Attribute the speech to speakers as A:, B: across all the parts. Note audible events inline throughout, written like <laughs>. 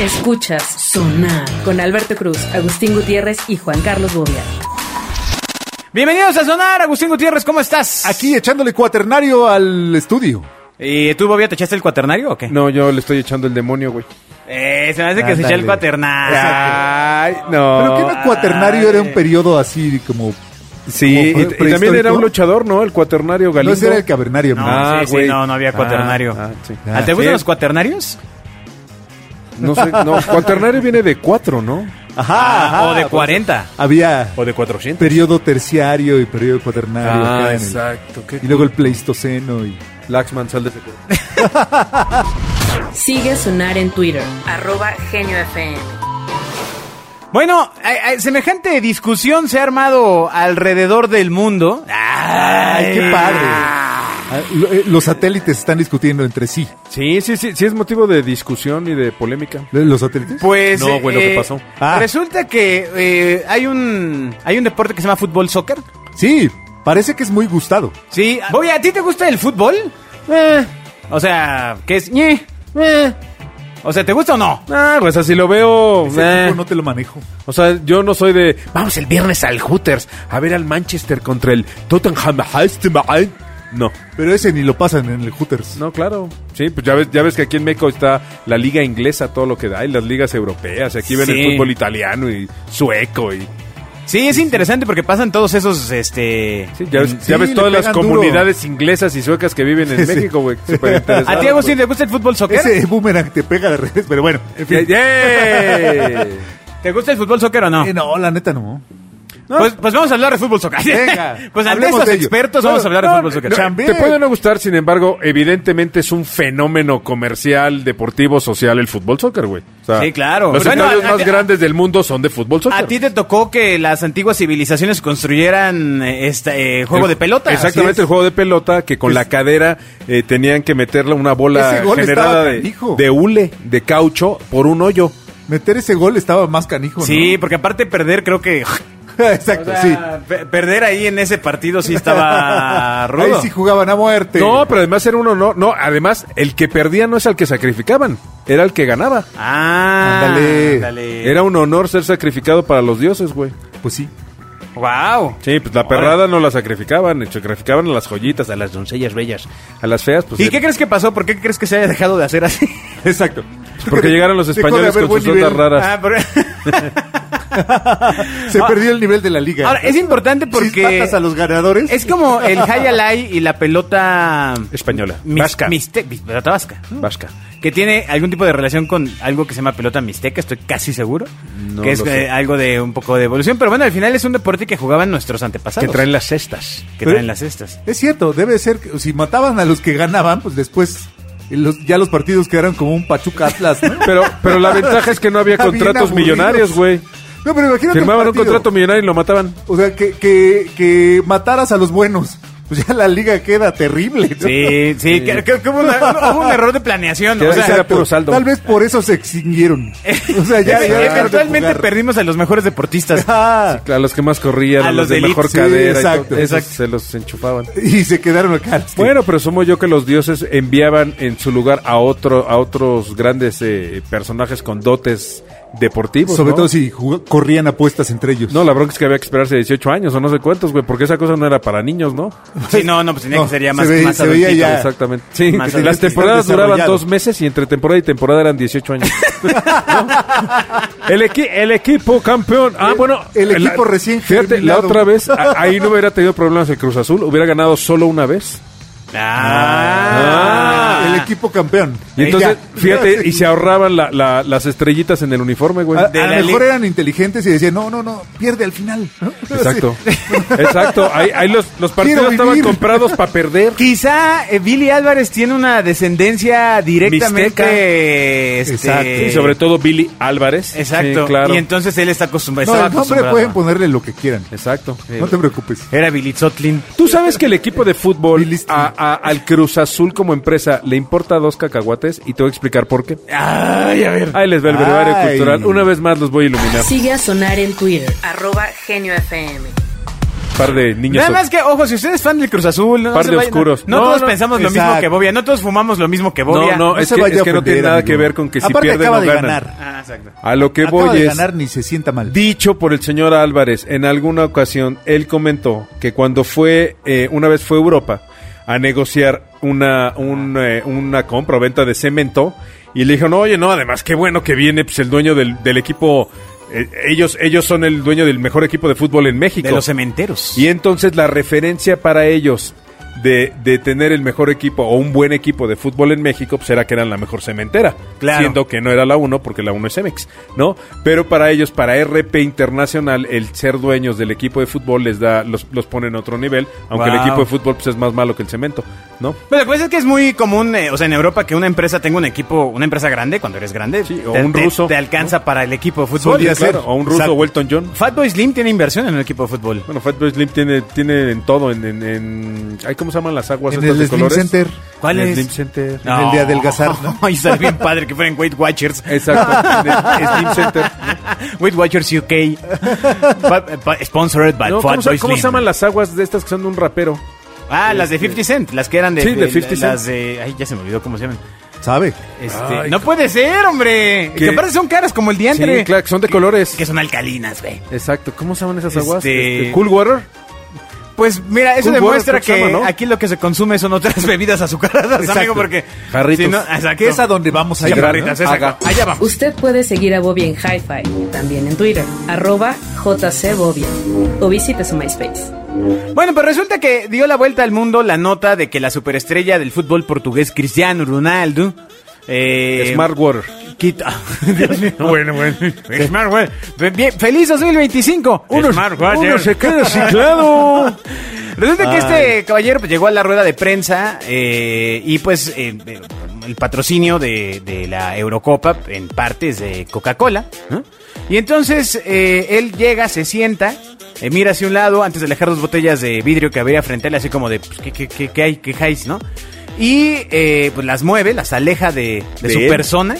A: Escuchas Sonar con Alberto Cruz, Agustín Gutiérrez y Juan Carlos Bobia.
B: Bienvenidos a Sonar, Agustín Gutiérrez, ¿cómo estás?
C: Aquí echándole cuaternario al estudio.
B: ¿Y tú, Bobia, te echaste el cuaternario o qué?
D: No, yo le estoy echando el demonio, güey.
B: Eh, se me hace que se
D: Ándale.
B: echa el cuaternario.
D: Ay, no.
C: Pero que era cuaternario, era un periodo así como.
D: eh. Sí,
C: como
D: y, y también era un
C: prehistórico.
D: luchador, ¿no? El cuaternario
C: No,
D: galindo.
C: ese era el cavernario,
B: No,
C: man.
B: sí, sí, no, no había cuaternario.
D: Ah, sí.
C: Ah,
B: ¿Te gustan
D: sí.
B: los cuaternarios?
D: No sé,
C: <laughs>
D: no, cuaternario viene de cuatro, ¿no?
C: Ajá, ajá.
B: o de 40.
C: Había
D: de cuatrocientos.
C: periodo terciario y periodo cuaternario.
D: Ah,
C: acá en el-
D: exacto. Qué
C: Y luego el pleistoceno y.
D: Laxman, sal de ese cuerpo.
A: Sigue a Sonar en Twitter, arroba Genio FM.
B: Bueno, eh, eh, semejante discusión se ha armado alrededor del mundo.
C: ¡Ay, qué padre! Ah, lo- eh, Los satélites están discutiendo entre sí.
D: Sí, sí, sí, sí es motivo de discusión y de polémica.
C: ¿Los satélites?
B: Pues.
D: No, güey, lo que
B: eh,
D: pasó.
C: Ah.
B: Resulta que eh, hay un hay un deporte que se llama fútbol soccer.
C: Sí, parece que es muy gustado.
B: Sí. Voy, ¿a ti te gusta el fútbol? Eh, O sea, ¿qué es? Ñe. O sea, ¿te gusta o no?
D: Ah, pues así lo veo.
C: Ese
D: eh.
C: tipo no te lo manejo.
D: O sea, yo no soy de. Vamos el viernes al Hooters a ver al Manchester contra el Tottenham Hotspur". No,
C: Pero ese ni lo pasan en el Hooters.
D: no, claro. Sí, pues ya ves, ya ves que aquí en México está la liga inglesa, todo lo que da, y las ligas europeas. y Aquí ven
B: Sí.
D: el fútbol italiano y sueco y.
B: Sí, es interesante porque pasan todos esos, este...
D: Sí, ya ves,
C: Sí,
D: ya ves
C: le
D: todas las
C: pegan duro.
D: comunidades inglesas y suecas que viven
B: <laughs>
D: en
C: Sí.
D: México, güey.
B: ¿A ti,
D: pues.
B: Agustín, te gusta el fútbol soccer?
C: Ese boomerang te pega de redes, pero bueno, en fin.
B: ¿Te gusta el fútbol soccer o no?
C: Eh, no, la neta no.
B: Pues, pues vamos a hablar de fútbol soccer.
C: Venga,
B: <laughs> pues ante
C: hablemos
B: estos
C: de ello.
B: expertos vamos a hablar de
D: No,
B: fútbol soccer.
D: no,
C: Chambear.
D: Te puede no gustar, sin embargo, evidentemente es un fenómeno comercial, deportivo, social el fútbol soccer, güey. O sea,
B: Sí, claro.
D: Los
B: Pero bueno,
D: estadios
B: a-
D: más
B: a-
D: grandes del mundo son de fútbol soccer.
B: A ti te tocó que las antiguas civilizaciones construyeran eh, este eh, juego
D: El-
B: de pelota.
D: Exactamente, el juego de pelota que con
C: Es-
D: la cadera eh, tenían que meterle una bola
C: Ese gol
D: generada
C: estaba
D: de,
C: canijo.
D: de hule, de caucho, por un hoyo.
C: Meter ese gol estaba más canijo, ¿no?
B: Sí, porque aparte de perder creo que...
C: <laughs>
B: <laughs>
C: Exacto,
B: o sea,
C: sí.
B: pe- Perder ahí en ese partido sí estaba
C: <laughs> Ahí
B: rudo.
C: sí jugaban a muerte.
D: No, pero además era uno, no, no, además el que perdía no es al que sacrificaban, era el que ganaba.
B: Ah,
C: Ándale.
B: ándale.
D: Era un honor ser sacrificado para los dioses, güey.
C: Pues sí.
B: Wow.
D: Sí, pues la perrada no la sacrificaban, eh, sacrificaban a las joyitas, a las doncellas bellas, a las feas, pues.
B: ¿Y
D: eh,
B: qué crees que pasó? ¿Por qué crees que se haya dejado de hacer así?
C: Exacto.
D: Pues Porque llegaron los
C: Dejó de
D: españoles
C: haber
D: con
C: buen
D: sus ondas
C: nivel.
D: raras. Ah.
B: Ah,
D: <laughs>
B: porque-
C: Se perdió el nivel de la liga.
B: Ahora, es importante
C: Si
B: porque
C: matas a los ganadores.
B: es como el high alay y la pelota
D: Española.
B: mis-
D: Vasca.
B: miste- mis- pelota vasca.
D: Vasca.
B: Que tiene algún tipo de relación con algo que se llama pelota mixteca, estoy casi seguro.
D: No
B: que es
D: lo sé.
B: eh, algo de un poco de evolución. Pero bueno, al final es un deporte que jugaban nuestros antepasados.
D: Que traen las cestas.
B: que traen las cestas.
C: Es cierto, debe ser que si mataban a los que ganaban, pues después los- ya los partidos quedaron como un Pachuca Atlas, ¿no?
D: <laughs> Pero, pero la ventaja es que no había
C: Bien
D: contratos
C: aburridos.
D: millonarios, güey.
C: No, pero imagínate.
D: Firmaban un
C: partido.
D: contrato millonario y lo mataban.
C: O sea, que, que, que mataras a los buenos. Pues ya la liga queda terrible. ¿no?
B: Sí,
C: <laughs>
B: sí, que, que- que hubo, una- hubo un error de planeación.
D: Que
B: o sea,
D: ese era puro saldo. Eh,
C: Tal vez por eso se extinguieron. O sea,
B: <laughs>
C: ya, ya dejaron de
B: eventualmente
C: jugar.
B: perdimos a los mejores deportistas.
C: <laughs> Ah,
D: A los que más corrían,
B: A
D: a,
B: los
D: los de
B: del
D: mejor
C: Elite. Sí,
D: cadera. y todo,
C: exacto,
D: esos
B: exacto.
D: Se los enchufaban.
C: y se quedaron acá. los que-
D: Bueno, presumo yo que los dioses enviaban en su lugar a otro, a otros grandes eh, personajes con dotes deportivos.
C: sobre
D: pues, ¿no?
C: todo si jugó- corrían apuestas entre ellos.
D: No, la bronca es que había que esperarse 18 años o no sé cuántos, güey, porque esa cosa no era para niños, ¿no?
B: Sí, no, no, pues tenía que
C: No,
B: ser ya
C: se
B: más,
C: ve-
B: más
C: se veía
B: adultito.
C: ya.
D: Exactamente. Sí,
B: Más o menos.
D: las temporadas
C: Estar
D: duraban
C: desarrollado.
D: dos meses y entre temporada y temporada eran 18 años. ¿No? el, equi- el equipo campeón. Ah,
C: El-
D: bueno.
C: el
D: la-
C: equipo recién
D: Fíjate, la
C: germinado.
D: otra vez, a- ahí no hubiera tenido problemas el Cruz Azul, hubiera ganado solo una vez.
B: Ah.
C: El equipo campeón.
D: Y
C: Eh,
D: entonces,
C: Ya. <laughs>
D: fíjate, y se ahorraban la- la- las estrellitas en el uniforme, güey.
C: A,
B: de
C: a
B: la
C: lo mejor
B: liga.
C: eran inteligentes y decían, no, no, no, pierde al final. ¿no?
D: <laughs> Exacto.
C: Sí.
D: Exacto. Ahí, ahí los, los partidos
C: Quiero
D: estaban
C: vivir.
D: comprados para perder.
B: Quizá eh, Billy Álvarez tiene una descendencia directamente. Este,
C: Exacto.
D: Y sobre todo Billy Álvarez.
B: Exacto.
D: Sí, claro.
B: Y entonces él está acostumbrado.
C: No,
B: estaba
C: el nombre
B: acostumbrado.
C: pueden ponerle lo que quieran.
D: Exacto.
C: No te preocupes.
B: Era Billy Zotlin.
D: Tú sabes que el equipo de fútbol
C: Billy Steel.
D: a- a- al Cruz Azul como empresa le importa dos cacahuates y te voy a explicar por qué.
B: Ay, a ver.
D: Ahí les va el brevario
C: Ay.
D: cultural. Una vez más los voy a iluminar.
A: Sigue a Sonar en Twitter, arroba Genio FM.
D: par de niños.
B: Nada más que, ojo, si usted es fan del Cruz Azul, no,
D: Par
B: se
D: de
B: vayan-
D: oscuros.
B: No,
D: No,
B: todos
D: no,
B: pensamos lo
C: exacto.
B: mismo que Bobia, no todos fumamos lo mismo que Bobia.
D: No, no, es
C: se
D: que,
C: vaya
D: es
C: a
D: que no
C: ofender,
D: tiene nada
C: amigo.
D: que ver con que si
C: Aparte,
D: pierden
C: acaba
D: o
C: de
D: ganan.
C: ganar.
B: Ah, exacto.
D: A lo que
C: Acaba
D: voy
C: de
D: es...
C: ganar ni se sienta mal.
D: Dicho por el señor Álvarez, en alguna ocasión él comentó que cuando fue, eh, una vez fue a Europa a negociar una, un, eh, una compra o venta de cemento, y le dijo, no, oye, no, además, qué bueno que viene pues, el dueño del, del equipo, eh, ellos, ellos son el dueño del mejor equipo de fútbol en México.
B: De los cementeros.
D: Y entonces la referencia para ellos de, de tener el mejor equipo o un buen equipo de fútbol en México pues era que eran la mejor cementera.
B: Claro.
D: Siendo que no era la 1 porque la 1 es Emex, ¿no? Pero para ellos, para RP Internacional, el ser dueños del equipo de fútbol les da los, los pone en otro nivel, aunque el
B: Wow.
D: equipo de fútbol pues, es más malo que el cemento, ¿no?
B: Pero lo que pasa es que es muy común, eh, o sea, en Europa que una empresa tenga un equipo, una empresa grande, cuando eres grande,
D: Sí, o
B: te,
D: un
B: te-
D: ruso,
B: te alcanza para el equipo de fútbol.
C: Solía
B: Sí, claro.
C: ser.
D: O un ruso
C: Exacto.
D: Welton John.
B: Fatboy Slim tiene inversión en el equipo de fútbol.
D: Bueno, Fatboy Slim tiene, tiene en todo, en, en, en- ay, ¿cómo se llaman las aguas
C: En
D: estas
C: el
D: de
C: Slim
D: colores?
C: Center.
B: ¿Cuál es?
D: En el Slim Center.
C: En el de adelgazar, ¿no?
B: <laughs> Ay, estaría bien padre que fueran Weight Watchers.
D: Exacto, en el Slim Center. ¿no?
B: <laughs> Weight Watchers UK. Pa- eh, pa- sponsored by
D: No,
B: Fatboy
D: ¿cómo, se,
B: Slim.
D: cómo se llaman las aguas de estas que son de un rapero?
B: Ah, las de 50 Cent, las que eran de...
D: Sí, de 50 Cent.
B: Las de... Ay, ya se me olvidó cómo se llaman.
C: ¿Sabe?
B: Este,
D: Ay,
B: no puede ser, hombre.
D: ¿Qué?
B: Que aparte son caras como el
D: Sí,
B: diantre.
D: claro, que son de colores.
B: Que son alcalinas, güey.
D: Exacto, ¿cómo se llaman esas aguas?
B: Este-
D: Este, Cool Water.
B: Pues mira, eso
D: Cool
B: demuestra
D: Water, creo que
B: que
D: se llama, ¿no?
B: aquí lo que se consume son otras <laughs> bebidas azucaradas, amigo, porque...
D: Jarritos.
B: Si no, exacto.
C: Que es a donde vamos a
B: Sí,
C: ir.
B: jarritas,
C: ¿no?
B: exacto.
D: Haga.
B: Allá vamos.
A: Usted puede seguir a Bobia en Hi-Fi, también en Twitter, arroba jcbobia, o visite su MySpace.
B: Bueno, pues resulta que dio la vuelta al mundo la nota de que la superestrella del fútbol portugués Cristiano Ronaldo... eh,
D: Smart Water.
B: Quita. <laughs> Dios mío. Bueno, bueno. Smart Water. Fe- bien, feliz 2025. Uno,
D: ah,
B: uno se queda
D: <laughs>
B: ciclado. Resulta que este caballero pues, llegó a la rueda de prensa eh, y pues eh, eh, el patrocinio de, de la Eurocopa en partes de Coca-Cola. ¿no? Y entonces eh, él llega, se sienta, eh, mira hacia un lado antes de dejar dos botellas de vidrio que había frente a él, así como de, pues, ¿qué, qué, qué, qué hay? ¿Qué jais, no? Y eh, pues las mueve, las aleja de, de
D: ¿De
B: su
D: él?
B: persona.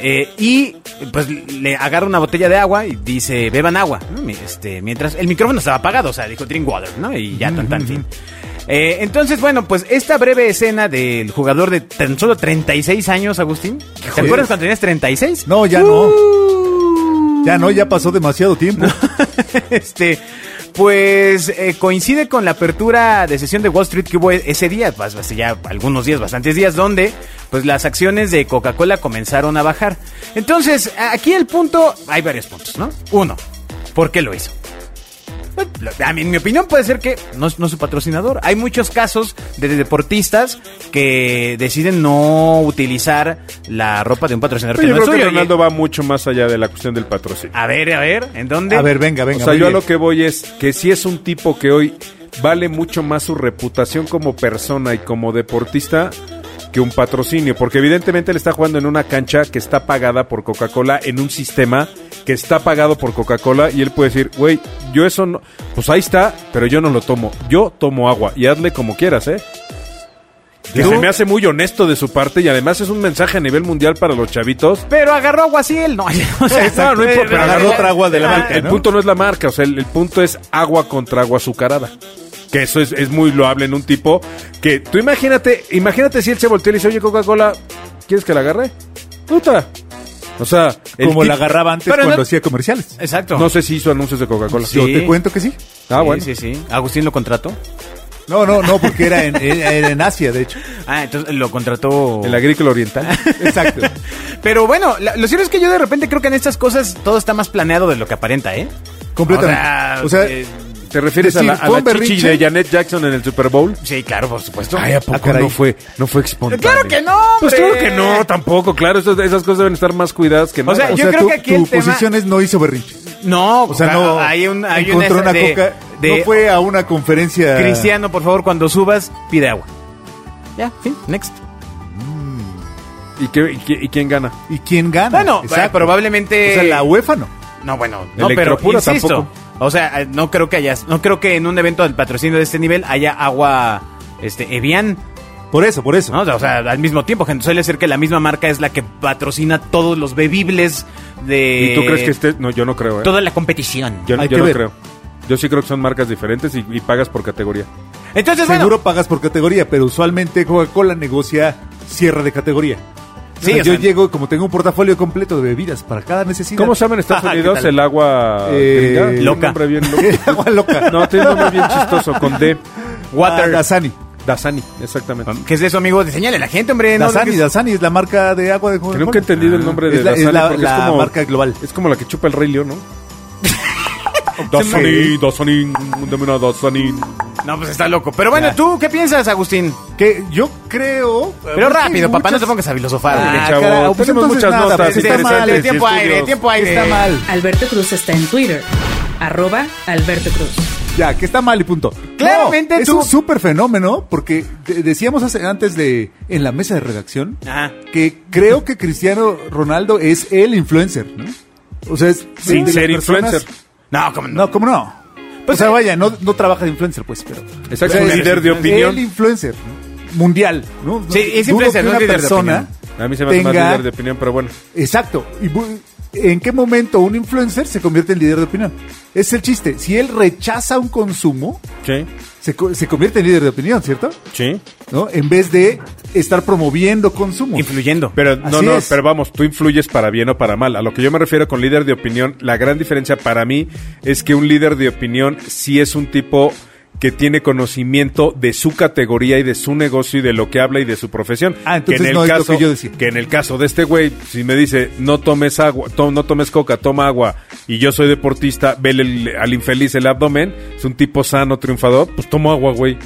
B: Eh, y pues le agarra una botella de agua y dice, beban agua. ¿no? Mi- Este, mientras el micrófono estaba apagado, o sea, dijo drink water, ¿no? Y ya tan tan fin. Eh, entonces, bueno, pues esta breve escena del jugador de tan solo 36 años, Agustín. ¿Te
C: Híjole.
B: acuerdas cuando tenías 36?
C: No, ya no.
B: Uh.
C: Ya no, ya pasó demasiado
D: <laughs>
C: tiempo.
B: <laughs> este, pues eh, coincide con la apertura de sesión de Wall Street que hubo ese día, pues, hace ya algunos días, bastantes días, donde pues las acciones de Coca-Cola comenzaron a bajar. Entonces, a- aquí el punto, hay varios puntos, ¿no? Uno, ¿por qué lo hizo? Pues, lo- A mí, en mi opinión puede ser que no, es- no es su patrocinador. Hay muchos casos de deportistas que deciden no utilizar la ropa de un patrocinador que
D: yo
B: no es
D: creo que
B: suyo. y-
D: Ronaldo va mucho más allá de la cuestión del patrocinio.
B: A ver, a ver, ¿en dónde?
C: A ver, venga, venga.
D: o sea,
C: muy
D: yo a
C: bien.
D: lo que voy es que si es un tipo que hoy vale mucho más su reputación como persona y como deportista que un patrocinio, porque evidentemente él está jugando en una cancha que está pagada por Coca-Cola, en un sistema que está pagado por Coca-Cola, y él puede decir, güey, yo eso no, pues ahí está, pero yo no lo tomo, yo tomo agua, y hazle como quieras, ¿eh? Que
C: ¿Tú?
D: se me hace muy honesto de su parte, y además es un mensaje a nivel mundial para los chavitos,
B: Pero agarró agua así él, no. <laughs> O sea,
D: Exacto.
B: no, no importa,
C: Pero agarró otra agua de la
B: Ah,
C: marca,
D: El
C: ¿no?
D: punto no es la marca, o sea, el, el punto es agua contra agua azucarada. Que eso es, es muy loable en un tipo que tú imagínate, imagínate si él se volteó y le dice, oye Coca-Cola, ¿quieres que la agarre? Puta. O sea, el
C: Como la
D: tipo-
C: agarraba antes
B: Pero
C: cuando
B: no-
C: hacía comerciales.
B: Exacto.
D: No sé si hizo anuncios de Coca-Cola.
B: Sí.
C: Yo te cuento que sí.
D: Ah, bueno.
B: Sí, sí, sí. Agustín lo contrató.
C: No, no, no, porque era en, era en Asia, de hecho.
B: Ah, entonces lo contrató.
D: El agrícola <laughs> oriental.
C: Exacto.
B: Pero bueno, la- lo cierto es que yo de repente creo que en estas cosas todo está más planeado de lo que aparenta, ¿eh?
C: Completamente.
B: O
C: O
B: sea,
C: sea,
B: eh,
D: ¿Te refieres
C: Decir,
D: a la, a
C: ¿fue
D: la
C: un
D: chichi
C: berrinche?
D: de Janet Jackson en el Super Bowl?
B: Sí, claro, por supuesto.
D: Ay, ¿a poco
C: Ah, caray.
D: no fue, no fue espontáneo?
B: Claro que no,
D: Pues
B: hombre.
D: claro que no, tampoco, claro, esas, esas cosas deben estar más cuidadas que
B: O sea,
D: nada.
B: yo creo
C: tu,
B: que aquí
C: tu
B: el tema-
C: posición es no hizo berrinche.
B: No,
C: O sea, no
B: Hay un, hay
C: encontró
B: una,
C: una,
B: de-
C: coca.
B: de-
C: no fue ah. a una conferencia.
B: Cristiano, por favor, cuando subas, pide agua. Ya, fin, next.
D: ¿Y, qué- y qué- y quién gana?
C: ¿Y quién gana?
B: Bueno,
C: Exacto.
B: eh, Pues probablemente.
C: O sea, la UEFA no.
B: No, bueno, no, pero
D: Electropura
B: insisto,
D: tampoco.
B: O sea, eh, no creo que haya, no creo que en un evento del patrocinio de este nivel haya agua este Evian,
C: Por eso, por eso.
B: ¿no? O sea, al mismo tiempo, gente, suele ser que la misma marca es la que patrocina todos los bebibles de
D: ¿Y tú crees que este? No, yo no creo, ¿eh?
B: toda la competición.
D: Yo,
C: Hay
D: yo
C: que
D: no
C: ver.
D: creo. Yo sí creo que son marcas diferentes y, y pagas por categoría.
B: Entonces,
C: Seguro
B: bueno,
C: pagas por categoría, pero usualmente Coca-Cola negocia cierre de categoría.
B: Sí,
C: O sea,
B: o
C: yo
B: sea-
C: llego, como tengo un portafolio completo de bebidas para cada necesidad.
D: ¿Cómo
C: <laughs>
D: se llama en Estados
B: Ajá, ¿qué
D: Unidos
B: tal?
D: el agua
C: Ah, Eh,
D: gringa? Tiene un
B: loca.
C: <laughs>
D: nombre bien loco.
C: Agua loca.
D: No, tiene un nombre bien chistoso, con D. Ah,
C: Water. Dasani.
D: Dasani, exactamente.
B: ¿qué es eso, amigo? Enseñale a la gente, hombre. No,
C: Dasani,
B: no, que-
C: Dasani es la marca de agua de Coca-Cola.
D: Creo que he entendido el nombre de
C: es la,
D: Dasani
C: es la-
D: porque
C: la
D: es como
C: marca global.
D: Es como la que chupa el Rey León, ¿no? Dasani, Dasani, dame una Dasani.
B: no, pues está loco. Pero bueno,
C: Ya.
B: ¿tú qué piensas, Agustín?
C: Que yo creo.
B: Pero rápido, papá, no te pongas a filosofar.
D: Ah,
B: hombre.
D: chavo,
C: carajo, pues
D: tenemos
C: entonces
D: muchas
C: nada,
D: notas
C: pues está
D: interesantes.
C: mal,
D: y
B: tiempo aire,
D: estudios.
B: tiempo aire.
C: Está mal.
A: Alberto Cruz está en Twitter. Arroba Alberto Cruz.
C: Ya, que está mal y punto.
B: Claramente
C: No, es
B: tú-
C: un súper fenómeno porque de- decíamos hace, antes de en la mesa de redacción
B: Ajá.
C: que creo que Cristiano Ronaldo es el influencer, ¿no? O sea, es
D: Sin
C: de las
D: ser
C: personas-
D: influencer.
B: No, como no.
C: No, ¿cómo no?
B: Pues,
C: o sea,
B: eh,
C: vaya, no, no trabaja de influencer, pues, pero.
D: Exacto,
C: O sea,
D: un
C: es
D: líder de opinión.
C: El influencer mundial, ¿no?
B: Sí, es
C: Dudo
B: influencer,
C: que
B: no es
C: una
B: líder de
C: persona
B: opinión.
D: A mí se me hace más
C: tenga-
D: líder de opinión, pero bueno.
C: Exacto. ¿Y bu- en qué momento un influencer se convierte en líder de opinión? Es el chiste. Si él rechaza un consumo,
D: Sí,
C: se, co- se convierte en líder de opinión, ¿cierto?
D: sí.
C: ¿No? En vez de estar promoviendo consumo.
B: Influyendo.
D: Pero no,
C: Así
D: no,
C: es.
D: pero vamos, tú influyes para bien o para mal. A lo que yo me refiero con líder de opinión, la gran diferencia para mí es que un líder de opinión sí es un tipo que tiene conocimiento de su categoría y de su negocio y de lo que habla y de su profesión.
C: Ah, entonces
D: que en el
C: no es lo
D: caso,
C: que yo decía.
D: que en el caso de este güey, si me dice, no tomes agua, to- no tomes coca, toma agua, y yo soy deportista, vele el- al infeliz el abdomen, es un tipo sano, triunfador, pues tomo agua, güey.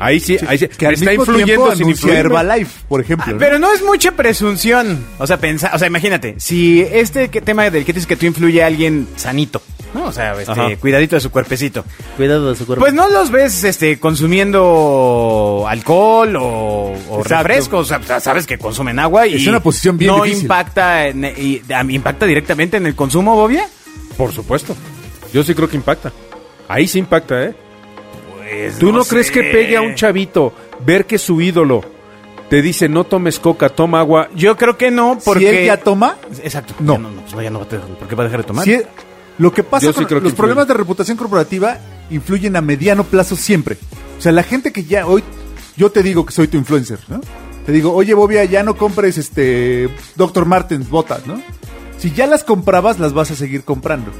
D: Ahí sí, ahí sí.
C: que al
D: está
C: mismo
D: influyendo
C: tiempo
D: sin
C: anuncia
D: influirme.
C: Herbalife, por ejemplo. ¿no?
B: Pero no es mucha presunción. O sea, pensa, o sea, imagínate, si este que- tema del que dices que tú influye a alguien sanito, ¿no? O sea, este,
D: Ajá.
B: cuidadito de su cuerpecito.
E: Cuidado de su cuerpo.
B: Pues no los ves este consumiendo alcohol o, o
C: Exacto.
B: refrescos, o sea, pues, sabes que consumen agua y
C: Es una posición bien
B: no
C: difícil.
B: impacta en- y- a- impacta directamente en el consumo, Bobia.
D: Por supuesto. Yo sí creo que impacta. Ahí sí impacta, ¿eh?
B: Pues,
D: ¿Tú no, crees
B: sé.
D: que pegue a un chavito ver que su ídolo te dice no tomes coca, toma agua?
B: Yo creo que no,
C: si
B: porque
C: él ya toma,
B: Exacto.
C: No.
B: Ya no, no, pues no, ya no va a tener- ¿Por qué va a dejar de tomar?
C: si él- lo que pasa
D: Yo sí
C: con
D: creo que
C: los
D: influye.
C: problemas de reputación corporativa influyen a mediano plazo siempre. O sea, la gente que ya hoy yo te digo que soy tu influencer, ¿no? Te digo, "Oye, Bobia, ya no compres este Dr. Martens botas, ¿no?" Si ya las comprabas, las vas a seguir comprando.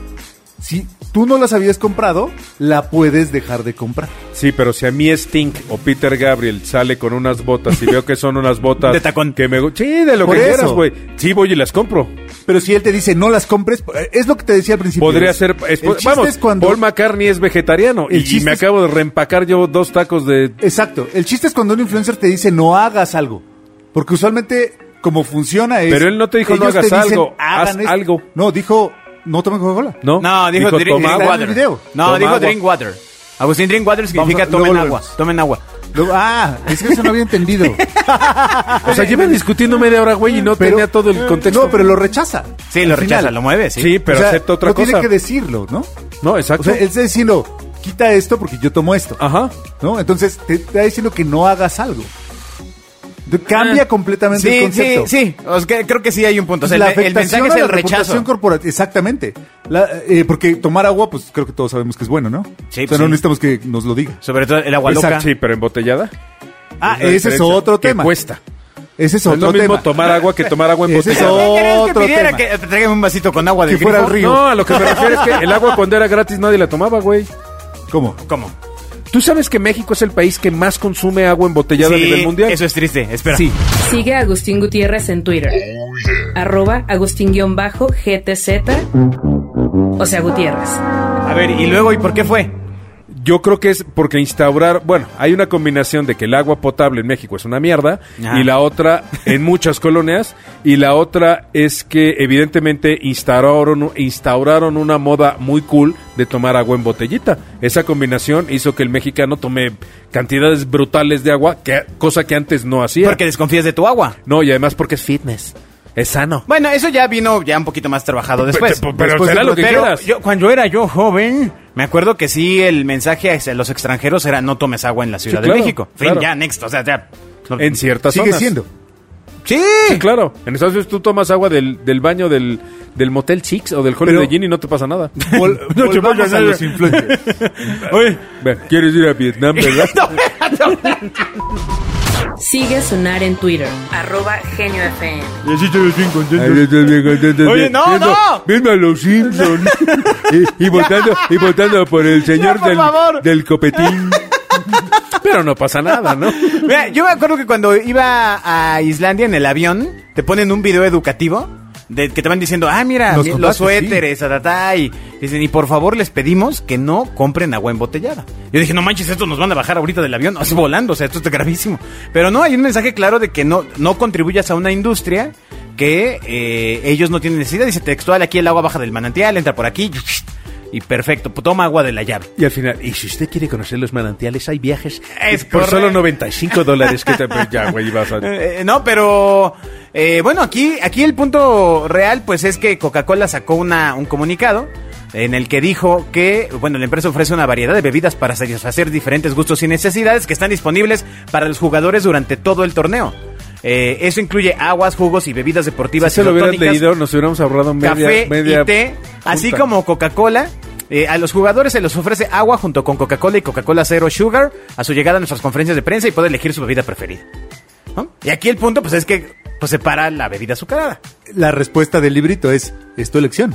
C: Si tú no las habías comprado, la puedes dejar de comprar.
D: Sí, pero si a mí Stink o Peter Gabriel sale con unas botas y veo que son unas botas...
B: De tacón.
D: Que me... gu- Sí, de lo
C: Por
D: que
C: eso.
D: quieras, güey. Sí, voy y las compro.
C: Pero si él te dice no las compres, es lo que te decía al principio.
D: Podría
C: Es-
D: ser... es-
C: el chiste
D: vamos,
C: es cuando-
D: Paul McCartney es vegetariano
C: El
D: y,
C: chiste
D: me
C: es-
D: acabo de reempacar yo dos tacos de...
C: Exacto. El chiste es cuando un influencer te dice no hagas algo. Porque usualmente como funciona es...
D: Pero él no te dijo, "No
C: ellos
D: hagas
C: te dicen,
D: algo,
C: "Hagan
D: haz algo".
C: No, dijo no tomen Coca-Cola.
D: No,
B: No, dijo, drink,
D: toma
C: está
B: drink
D: agua.
C: en
B: water.
C: el video.
B: No,
D: Toma
B: dijo
D: agua.
B: drink water. Agustín, drink water significa
C: Vamos a-
B: tomen
C: luego
B: agua.
C: volvemos.
B: Tomen agua.
C: Luego, ah, es que eso no había
D: <laughs>
C: entendido.
D: O sea, llevan discutiendo media hora, güey, y no
C: Pero-
D: tenía todo el contexto.
C: No, pero lo rechaza.
B: Sí, lo
C: Al
B: rechaza,
C: final.
B: lo mueve, sí.
D: Sí, pero
C: O sea,
D: acepta otra
C: no
D: cosa.
C: tiene que decirlo, ¿no?
D: No,
C: O
D: exacto. Ah.
C: sea, él está diciendo quita esto porque yo tomo esto.
D: Ajá.
C: ¿No? Entonces te está diciendo que no hagas algo. De- Cambia
D: Ah.
C: completamente el
B: Sí, sí,
C: concepto.
B: sí. Os que- creo que sí hay un punto. O sea,
C: Pues
B: el, el mensaje es
C: afectación a
B: el
C: la reputación
B: rechazo.
C: corporativa, exactamente. La- eh, porque tomar agua, pues creo que todos sabemos que es bueno, ¿no?
B: Sí, pues
C: o sea,
B: sí.
C: no necesitamos que nos lo diga.
B: Sobre todo el agua loca.
D: Exacto, Sí, pero embotellada.
C: Ah,
D: la
C: ese es
D: diferencia,
C: otro
D: que
C: tema.
D: cuesta.
C: Ese es
D: No
C: otro
D: es lo mismo
C: tema.
D: tomar agua que tomar agua
C: Ese es
D: embotellada.
B: ¿Qué crees que
C: Otro
B: pidiera
C: tema.
B: que te traigan un vasito con agua del
C: Que fuera
B: grifo?
C: al río.
D: No, a lo que me refiero es que el agua cuando era gratis nadie la tomaba, güey.
C: ¿Cómo?
B: ¿Cómo?
D: Tú sabes que México es el país que más consume agua embotellada
B: Sí,
D: a nivel mundial.
B: Eso es triste. Espera.
C: Sí.
A: Sigue a Agustín Gutiérrez en Twitter. Arroba Agustín-GTZ. O sea, Gutiérrez.
B: A ver, ¿y luego y por qué fue?
D: Yo creo que es porque instaurar, bueno, hay una combinación de que el agua potable en México es una mierda
B: Ajá.
D: y la otra en muchas colonias y la otra es que evidentemente instauraron instauraron una moda muy cool de tomar agua en botellita. Esa combinación hizo que el mexicano tome cantidades brutales de agua, que, cosa que antes no hacía.
B: Porque desconfías de tu agua.
D: No, y además porque es fitness, es sano.
B: Bueno, eso ya vino ya un poquito más trabajado después.
D: Pero- pero
B: Después
D: será
B: de-
D: lo que
B: pero
D: quieras.
B: yo- cuando era yo joven, me acuerdo que sí el mensaje a los extranjeros era no tomes agua en la Ciudad de
D: claro,
B: México. Fin,
D: claro.
B: ya, next, o sea, ya. No-
D: En ciertas
C: Sigue
D: zonas.
C: siendo.
B: Sí.
D: Sí, claro. En Estados Unidos tú tomas agua del, del baño del, del Motel Six o del Holiday
C: Pero-
D: Inn y no te
C: <laughs>
D: pasa nada.
C: Vol-
D: <laughs> No te
C: volvamos
D: vayas,
C: a
D: no,
C: los
D: no. <laughs>
C: influencers.
D: Oye, ve, ¿quieres ir
B: <laughs>
D: a Vietnam, verdad?
A: Sigue a Sonar en Twitter, arroba genio FM.
C: Y así te ves bien contento.
D: Ay, yo estoy bien contento.
B: Oye, no,
D: Viendo-
B: no.
D: Viendo a
B: <laughs>
D: los Simpsons. y, y votando, y votando por el señor
B: por
D: del,
B: favor.
D: del copetín. <laughs> Pero no pasa nada, ¿no?
B: Mira, yo me acuerdo que cuando iba a Islandia en el avión, te ponen un video educativo de, que te van diciendo, ah, mira,
C: Nos
B: mi- los
C: contaste,
B: suéteres, tatatá", y dicen, y por favor les pedimos que no compren agua embotellada. Yo dije, no manches, estos nos van a bajar ahorita del avión, así volando, o sea, esto es gravísimo. Pero no, hay un mensaje claro de que no, no contribuyas a una industria que eh, ellos no tienen necesidad. Dice textual, aquí el agua baja del manantial, entra por aquí, y perfecto, toma agua de la llave.
D: Y al final, y si usted quiere conocer los manantiales, hay viajes
B: Es
D: por solo
B: correcto.
D: 95 dólares que te pues ya, güey, vas
B: <laughs>
D: a...
B: Eh, eh, no, pero eh, bueno, aquí, aquí el punto real, pues es que Coca-Cola sacó una, un comunicado en el que dijo que, bueno, la empresa ofrece una variedad de bebidas para satisfacer diferentes gustos y necesidades que están disponibles para los jugadores durante todo el torneo. Eh, eso incluye aguas, jugos y bebidas deportivas.
D: Si se lo hubieran
B: isotónicas,
D: leído, nos hubiéramos ahorrado media...
B: café
D: media
B: y té,
D: junta.
B: así como Coca-Cola. Eh, a los jugadores se les ofrece agua junto con Coca-Cola y Coca-Cola Zero Sugar a su llegada a nuestras conferencias de prensa y puede elegir su bebida preferida. ¿no? Y aquí el punto pues es que pues separa la bebida azucarada.
C: La respuesta del librito es, es tu elección.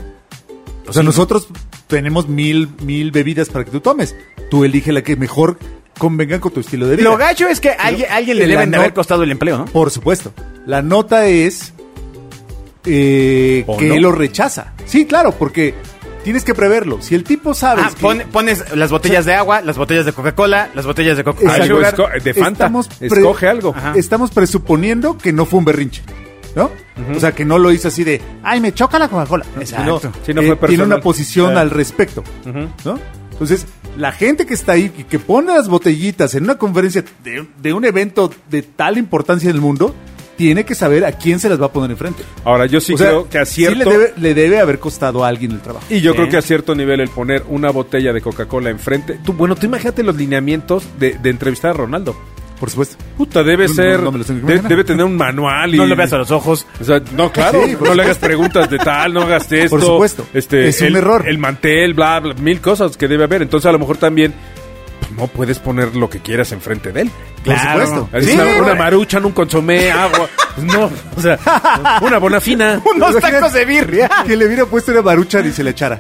C: O sea, nosotros tenemos mil, mil bebidas para que tú tomes. Tú elige la que mejor convenga con tu estilo de vida.
B: Lo gacho es que a alguien, a alguien le
C: la
B: deben de haber
C: no-
B: costado el empleo, ¿no?
C: Por supuesto. La nota es eh,
B: ¿O
C: que
B: no?
C: lo rechaza. Sí, claro, porque tienes que preverlo. Si el tipo sabe
B: Ah, pon- pones las botellas de agua, las botellas de Coca-Cola, las botellas de Coca-Cola
D: Algo
B: Sugar.
D: esco- de Fanta,
C: Estamos pre-
D: escoge algo.
B: Ajá.
C: estamos presuponiendo que no fue un berrinche, ¿no? O sea, que no lo hizo así de, ay, me choca la Coca-Cola.
B: Exacto.
C: No, eh,
D: Sí, no fue
C: tiene
D: personal.
C: una posición
D: Claro.
C: al respecto,
D: Ujú.
C: ¿no? Entonces, la gente que está ahí, que, que pone las botellitas en una conferencia de, de un evento de tal importancia en el mundo, tiene que saber a quién se las va a poner enfrente.
D: Ahora, yo sí
C: O sea,
D: creo que a cierto...
C: sí le debe, le debe haber costado a alguien el trabajo.
D: Y yo
B: Sí.
D: creo que a cierto nivel el poner una botella de Coca-Cola enfrente... Tú, bueno, tú imagínate los lineamientos de, de entrevistar a Ronaldo.
C: Por supuesto.
D: Puta, debe
C: No, no,
D: ser...
C: no me los tengo que
D: de-
C: imaginar.
D: debe tener un manual y...
B: No lo veas a los ojos.
D: O sea, no, claro,
C: Sí, por
D: no le hagas preguntas de tal, no hagas esto.
C: <laughs> Por supuesto,
D: Este,
C: es un
D: el-
C: error.
D: El mantel, bla, bla, mil cosas que debe haber. Entonces, a lo mejor también pues, no puedes poner lo que quieras enfrente de él.
C: Claro.
D: Es
B: Sí,
D: una,
B: güey.
D: una marucha, un consomé, agua. Pues, no, o sea,
C: <laughs>
D: una bonafina.
B: Unos tacos de birria. Ah.
C: Que le hubiera puesto una barucha y se la
B: <laughs>
C: echara.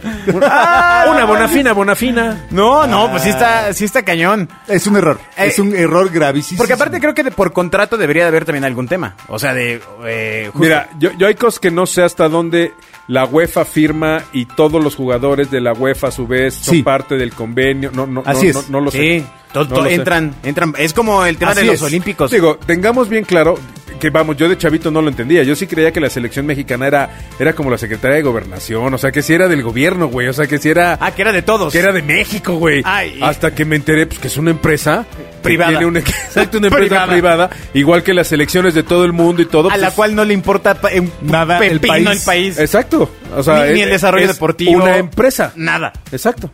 D: Una bonafina, bonafina.
B: No, no, pues sí
D: Ah.
B: está, sí está cañón.
C: Es un error.
B: Eh,
C: es un error gravísimo.
B: Porque aparte creo que de- por contrato debería de haber también algún tema. O sea, de... eh, justo-
D: Mira, yo, yo hay cosas que no sé hasta dónde la UEFA firma y todos los jugadores de la UEFA a su vez son
C: Sí.
D: parte del convenio. No, no,
C: Así
D: no,
C: es.
D: no, no lo sé.
B: sí, to-
D: No
B: to-
D: lo sé.
B: entran, entran. Es como el tema
C: Así
B: de los
C: es.
B: Olímpicos.
D: Digo, tengamos bien claro que vamos, yo de chavito no lo entendía. Yo sí creía que la selección mexicana era, era como la secretaria de gobernación, o sea, que si era del gobierno, güey, o sea, que si era,
B: ah, que era de todos.
D: que era de México, güey.
B: Ay.
D: Hasta que me enteré pues, que es una empresa
B: Privada.
D: que Tiene una, <laughs> exacto, una empresa
B: Privada.
D: privada. igual que las selecciones de todo el mundo y todo.
B: a la
D: pues,
B: cual no le importa pa- un
C: Nada, el
B: pepino el país.
C: país.
D: Exacto. O sea,
B: ni, ni
D: es-
B: el desarrollo
D: es
B: deportivo.
D: Una empresa.
B: Nada.
D: Exacto.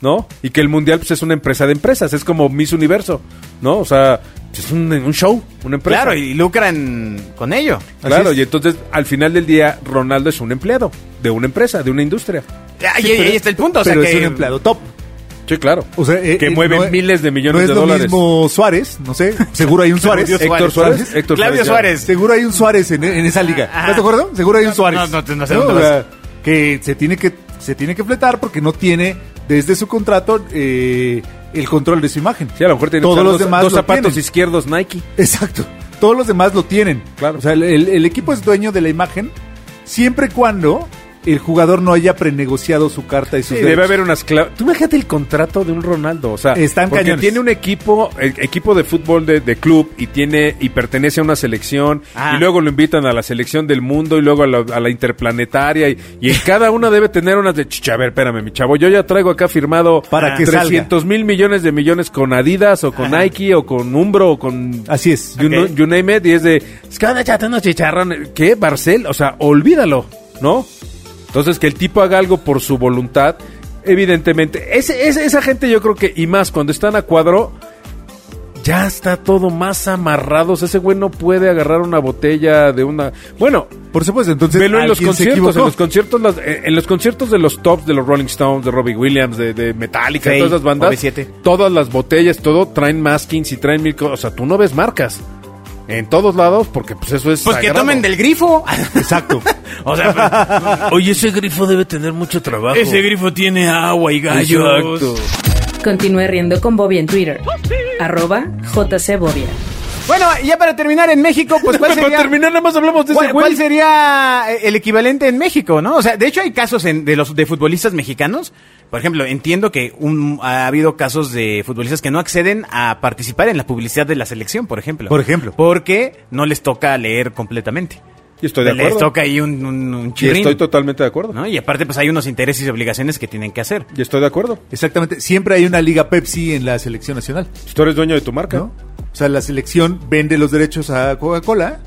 D: ¿No? Y que el mundial pues, es una empresa de empresas, es como Miss Universo, ¿no? O sea, es un, un show, una empresa.
B: Claro, y lucran con ello.
D: Claro,
C: Así
D: y
C: es.
D: entonces al final del día Ronaldo es un empleado de una empresa, de una industria.
B: Ahí, Ah, ahí- ahí está el punto. O sea,
C: pero
B: que
C: es un empleado top.
D: Sí, claro.
C: O sea, eh,
D: que
C: eh,
D: mueve
C: no-
D: miles de millones
C: no es
D: de
C: lo
D: dólares.
C: mismo Suárez, no sé. Seguro hay un Suárez.
B: Claudio
D: Héctor Suárez, Héctor
B: Claudio
D: Suárez,
B: Suárez.
C: Seguro hay un Suárez en, en esa liga.
B: Ajá.
C: ¿Estás de acuerdo? Seguro hay un Suárez.
B: no, no, no sé dónde
C: O sea,
B: vas.
C: Que se tiene que se tiene que fletar porque no tiene desde su contrato eh, el control de su imagen.
D: Sí, a lo mejor tiene que
C: todos
D: usar
C: los
D: dos,
C: demás
D: dos
C: lo
D: zapatos
C: tienen.
D: izquierdos Nike.
C: Exacto. Todos los demás lo tienen.
D: Claro.
C: O sea, el, el- el equipo es dueño de la imagen siempre y cuando el jugador no haya prenegociado su carta y sus
D: Sí,
C: derechos.
D: debe haber unas claves. Tú imagínate el contrato de un Ronaldo, o sea,
C: Están
D: porque
C: cañones.
D: tiene un equipo, eh, equipo de fútbol de, de club y tiene y pertenece a una selección
B: Ah.
D: y luego lo invitan a la selección del mundo y luego a la, a la interplanetaria y, y en cada una debe tener unas de, "Ch, a ver, espérame, mi chavo, yo ya traigo acá firmado
C: Para que
D: 300 mil millones de millones con Adidas o con Nike o con Umbro o con
C: Así es.
D: You,
B: Ok.
D: know- you name it, y es de, es que van a echarte unos chicharrones. ¿Qué? Barcel, o sea, olvídalo, ¿no? Entonces, que el tipo haga algo por su voluntad, evidentemente. Ese, ese- esa gente yo creo que, y más, cuando están a cuadro, ya está todo más amarrado. O sea, ese güey no puede agarrar una botella de una. Bueno,
C: Por supuesto, entonces.
D: velo en los
C: alguien se
D: conciertos. En
C: equivocó.
D: los conciertos, las- eh, en en los conciertos de los tops, de los Rolling Stones, de Robbie Williams, de, de Metallica,
B: Fey,
D: todas esas bandas.
B: OV7.
D: Todas las botellas, todo traen maskings y traen mil cosas. O sea, tú no ves marcas. En todos lados, porque pues eso es.
B: Pues que
D: sagrado.
B: tomen del grifo. <laughs> pues,
C: Exacto.
E: O sea,
D: <laughs>
E: pero- oye, ese grifo debe tener mucho trabajo.
B: Ese
E: grifo tiene agua y
D: gallos.
A: Continúe riendo con Bobia en Twitter. Arroba JCBobia.
B: Bueno, y ya para terminar en México,
C: <laughs>
B: pues
D: <laughs>
B: ¿cuál
D: Para
B: sería,
D: terminar, nada más hablamos de ese
B: cuál-
D: güey.
B: cuál sería eh, el equivalente en México, no? O sea, de hecho hay casos en- de los de futbolistas mexicanos. Por ejemplo, entiendo que un- ha habido casos de futbolistas que no acceden a participar en la publicidad de la selección, por ejemplo.
C: Por ejemplo.
B: Porque no les toca leer completamente.
D: Y estoy de
B: Les
D: acuerdo.
B: toca ahí un, un, un
D: Y
B: chirrín,
D: estoy totalmente de acuerdo.
B: ¿no? Y aparte, pues hay unos intereses y obligaciones que tienen que hacer.
D: Y estoy de acuerdo.
C: Exactamente. Siempre hay una liga Pepsi en la selección nacional.
D: Tú eres dueño de tu marca.
C: ¿no? O sea, la selección vende los derechos a Coca-Cola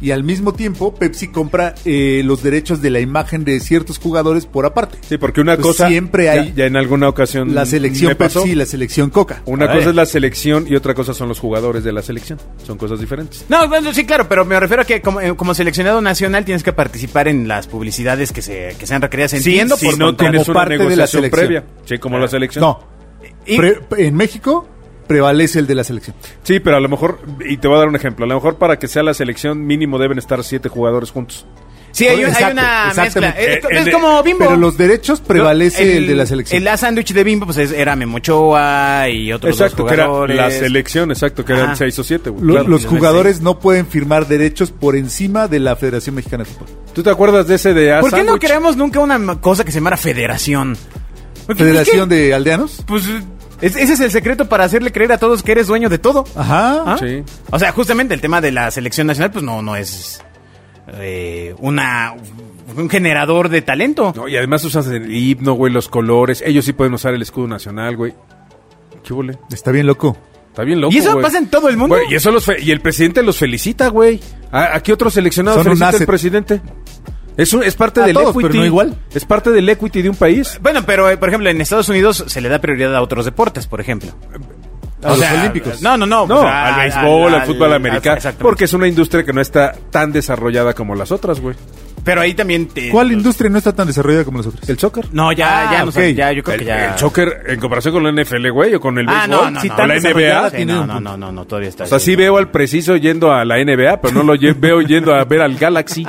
C: y al mismo tiempo Pepsi compra eh, los derechos de la imagen de ciertos jugadores por aparte.
D: Sí, porque una
C: Pues
D: cosa.
C: siempre hay-
D: Ya, ya en alguna ocasión.
C: La selección
D: me pasó.
C: Pepsi y la selección Coca.
D: Una
B: Vale.
D: cosa es la selección y otra cosa son los jugadores de la selección. Son cosas diferentes.
B: No, bueno, sí, claro, pero me refiero a que como, eh, como seleccionado nacional tienes que participar en las publicidades que, se, que sean recreadas. Entiendo
D: si
B: por
D: no
B: contrato.
D: tienes
C: como
D: una
C: parte de la
D: negociación
C: selección.
D: previa. Sí, como la selección.
C: No.
B: Y-
C: Pre- en México prevalece el de la selección.
D: Sí, pero a lo mejor, y te voy a dar un ejemplo, a lo mejor para que sea la selección mínimo deben estar siete jugadores juntos.
B: Sí, hay, un- hay
C: Exacto,
B: una mezcla.
C: exactamente.
B: Es,
D: Eh, El-
B: es
D: el-
B: como Bimbo.
C: Pero los derechos prevalece el, de la selección.
B: El A sándwich de Bimbo pues es- era Memochoa y otros
D: exacto,
B: dos
D: que era
B: jugadores.
D: la selección, exacto, que
B: Ajá.
D: eran seis o siete. güey,
C: Lo-
D: claro.
C: los jugadores no pueden firmar derechos por encima de la Federación Mexicana de Fútbol.
D: ¿Tú te acuerdas de ese de A
B: ¿Por qué no
D: Sandwich?
B: creamos nunca una ma- cosa que se llamara federación? Porque,
C: ¿Federación de Aldeanos?
B: Pues, ¿qué? Pues, es- ese es el secreto para hacerle creer a todos que eres dueño de todo.
C: Ajá.
B: ¿Ah?
D: Sí.
B: O sea, justamente el tema de la selección nacional, pues no, no es eh, una un generador de talento.
D: No, y además usas el himno, güey, los colores. Ellos sí pueden usar el escudo nacional, güey. ¿Qué vole?
C: Está bien loco.
D: Está bien loco,
B: ¿Y eso
D: güey.
B: pasa en todo el mundo?
D: Güey, y, eso los fe- y el presidente los felicita, güey. ¿A, a qué otro seleccionado
C: Son un
D: felicita el
C: asset.
D: presidente? Es, un- es parte
C: A
D: del
C: todos,
D: equity.
C: pero no igual.
D: Es parte del equity de un país.
B: Bueno, pero eh, por ejemplo, en Estados Unidos se le da prioridad a otros deportes, por ejemplo.
C: A los olímpicos.
B: No, no, no. pues, ah,
D: No,
B: o sea,
D: al béisbol, al, fútbol americano.
B: exactamente.
D: porque es una industria que no está tan desarrollada como las otras, güey.
B: Pero ahí también. te-
C: ¿Cuál industria no está tan desarrollada como las otras?
D: El soccer.
B: No, ya,
C: Ah,
B: ya, no sé,
C: ok.
B: ya, yo creo
D: El,
B: que ya.
D: el soccer en comparación con la NFL, güey, o con el
B: Ah,
D: béisbol,
B: no, no,
D: sí,
B: no,
D: con
B: no,
D: la
B: sí,
D: NBA.
B: sí,
C: tiene
B: no,
C: un
B: no,
C: punto.
B: no, no, no, todavía está.
D: O sea, sí veo al preciso yendo a la NBA, pero no lo lle- veo yendo a ver al Galaxy.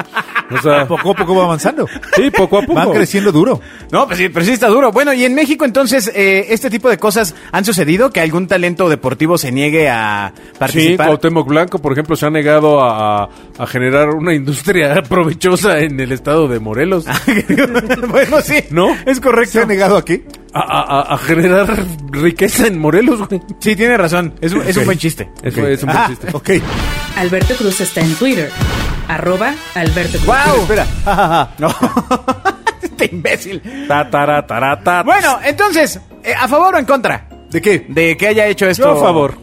D: O sea,
C: Poco a poco va avanzando.
D: Ah. sí, poco a poco.
C: Van creciendo duro.
B: No, pues sí, pero sí está duro. Bueno, y en México entonces, eh, este tipo de cosas han sucedido, que algún talento deportivo se niegue a
D: Sí,
B: participar.
D: Cuauhtémoc Blanco, por ejemplo, se ha negado a, a generar una industria <laughs> provechosa en el estado de Morelos.
B: <laughs> bueno, sí.
D: ¿No?
B: Es
C: ¿Se
B: correcto.
C: ha negado a qué?
D: A, a- a- a generar riqueza en Morelos, güey.
B: Sí, tiene razón. Es, un- es un buen chiste.
D: Eso es un buen
C: Ah,
D: chiste.
C: ok.
A: Alberto Cruz está en Twitter. Arroba Alberto Cruz.
B: ¡Guau!
C: Espera. Ja, ja, ja.
B: <laughs>
C: <laughs>
B: No. este imbécil.
D: Ta, tara, tara, ta.
B: Bueno, entonces, eh, ¿a favor o en contra?
C: ¿De qué?
B: De que haya hecho esto.
D: Yo a favor.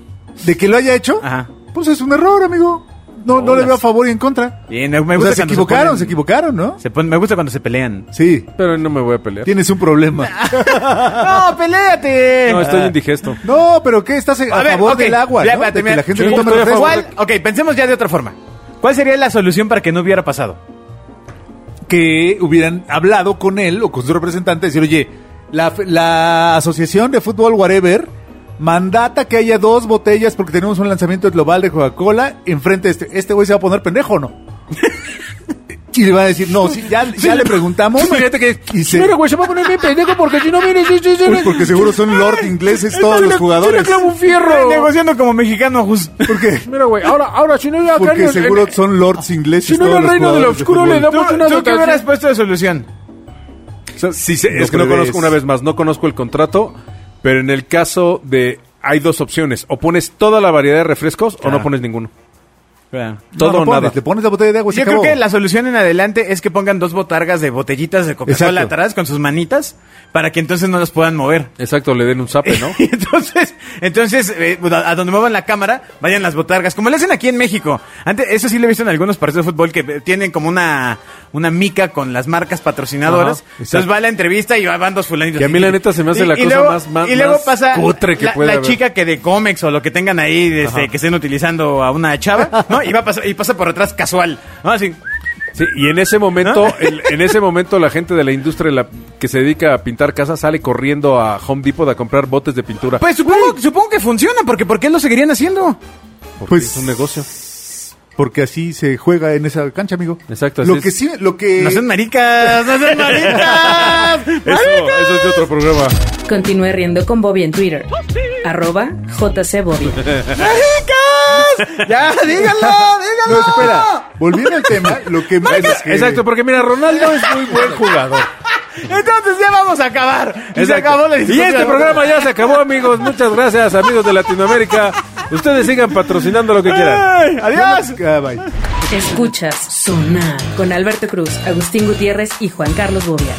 C: ¿De que lo haya hecho?
B: Ajá.
C: Pues es un error, amigo. No, no le
B: Bolas.
C: veo a favor y en contra.
B: Bien, me
C: O
B: gusta
C: sea, se
B: cuando
C: equivocaron,
B: ponen-
C: se equivocaron, ¿no?
B: se ponen- me gusta cuando se pelean.
C: <laughs> Sí,
D: Pero no me voy a pelear.
C: tienes un problema.
B: ¡No, peléate!
D: No, estoy indigesto.
C: No, pero ¿qué? Estás a,
B: Ah. A ver,
C: favor
B: ok,
C: del agua,
B: ya,
C: ¿no? De
B: espérate,
C: que
B: mira,
C: la gente
D: yo
C: no toma
D: estoy a
C: refresco.
D: favor.
B: ¿Cuál? Ok, pensemos ya de otra forma. ¿Cuál sería la solución para que no hubiera pasado?
C: que hubieran hablado con él o con su representante y decir, oye, la, la asociación de fútbol whatever mandata que haya dos botellas porque tenemos un lanzamiento global de Coca-Cola enfrente de este. ¿Este güey se va a poner pendejo o
D: <laughs>
C: no? y le va a decir, no, sí, ya, ya le preguntamos.
D: Fíjate que.
C: Y se-
D: Mira, güey, se va a poner bien pendejo porque si no vienes. sí, sí, sí,
C: Uy,
D: sí.
C: porque seguro son lord ingleses todos
D: Yo le-
C: los
D: Yo
C: jugadores.
D: le clavo un fierro.
B: Negociando como mexicano, justo.
C: Porque,
D: Mira, güey, ahora, ahora, si no eh, llega
C: porque seguro son lords ingleses
D: Si no, en
C: todos
D: el
C: los
D: reino del
C: jugadores de
D: oscuro le
C: fútbol.
D: damos
B: ¿Tú,
D: una
B: tú qué
D: dotación.
B: hubieras puesto de solución?
D: Sí, sí,
C: No
D: eh, es que no
C: puedes.
D: conozco, una vez más, no conozco el contrato, pero en el caso de. Hay dos opciones: o pones toda la variedad de refrescos o no pones ninguno.
B: Claro.
D: Todo
C: no,
D: o
C: no pones,
D: nada.
C: Le pones la botella de agua. y se
B: Pues Yo creo
C: acabó.
B: que la solución en adelante es que pongan dos botargas de botellitas de Coca-Cola
C: Exacto.
B: atrás con sus manitas para que entonces no las puedan mover.
D: Exacto, le den un
B: <laughs>
D: zape, <laughs> ¿no?
B: Y entonces, entonces eh, a a donde muevan la cámara, vayan las botargas, como le hacen aquí en México. Antes, eso sí lo he visto en algunos partidos de fútbol que eh, tienen como una, una mica con las marcas patrocinadoras.
D: Ajá,
B: entonces
D: exacto.
B: va la entrevista y van dos fulanitos.
D: Que a mí la neta se me hace la cosa más- más-
B: Y luego
D: más
B: pasa
D: cutre que
B: la,
D: puede
B: la
D: haber.
B: chica que de cómics o lo que tengan ahí, de este, que estén utilizando a una chava, ¿no? Y, va a pasar- y pasa por atrás casual, ¿no? Así.
D: Sí, y en
B: <laughs>
D: ese momento, el- en ese momento la gente de la industria la- que se dedica a pintar casas sale corriendo a Home Depot a comprar botes de pintura.
B: Pues supongo, supongo que funciona, porque ¿por qué lo seguirían haciendo?
D: Porque
C: pues-
D: es un negocio.
C: Porque así se juega en esa cancha, amigo.
D: Exacto, así
C: Lo
D: es.
C: que sí, lo que...
B: No sean maricas, no sean <laughs> maricas.
D: Eso, eso es de otro programa.
A: Continúe riendo con Bobby en Twitter. Arroba JC Bobby.
B: ¡Maricas! ¡Ya, díganlo! <laughs>
C: No,
B: ¡Díganlo! <laughs>
C: espera. Volviendo al tema, lo que...
D: Es- Exacto, porque mira, Ronaldo es muy
B: <laughs>
D: buen jugador.
B: Entonces ya vamos a acabar. Y se
D: Exacto.
B: acabó la
D: y
B: discusión.
D: este programa ya se acabó, amigos. Muchas gracias, amigos de Latinoamérica. Ustedes sigan patrocinando lo que quieran.
B: Ay, ¡Adiós!
C: Ah, bye.
A: Escuchas Sonar con Alberto Cruz, Agustín Gutiérrez y Juan Carlos Bobia.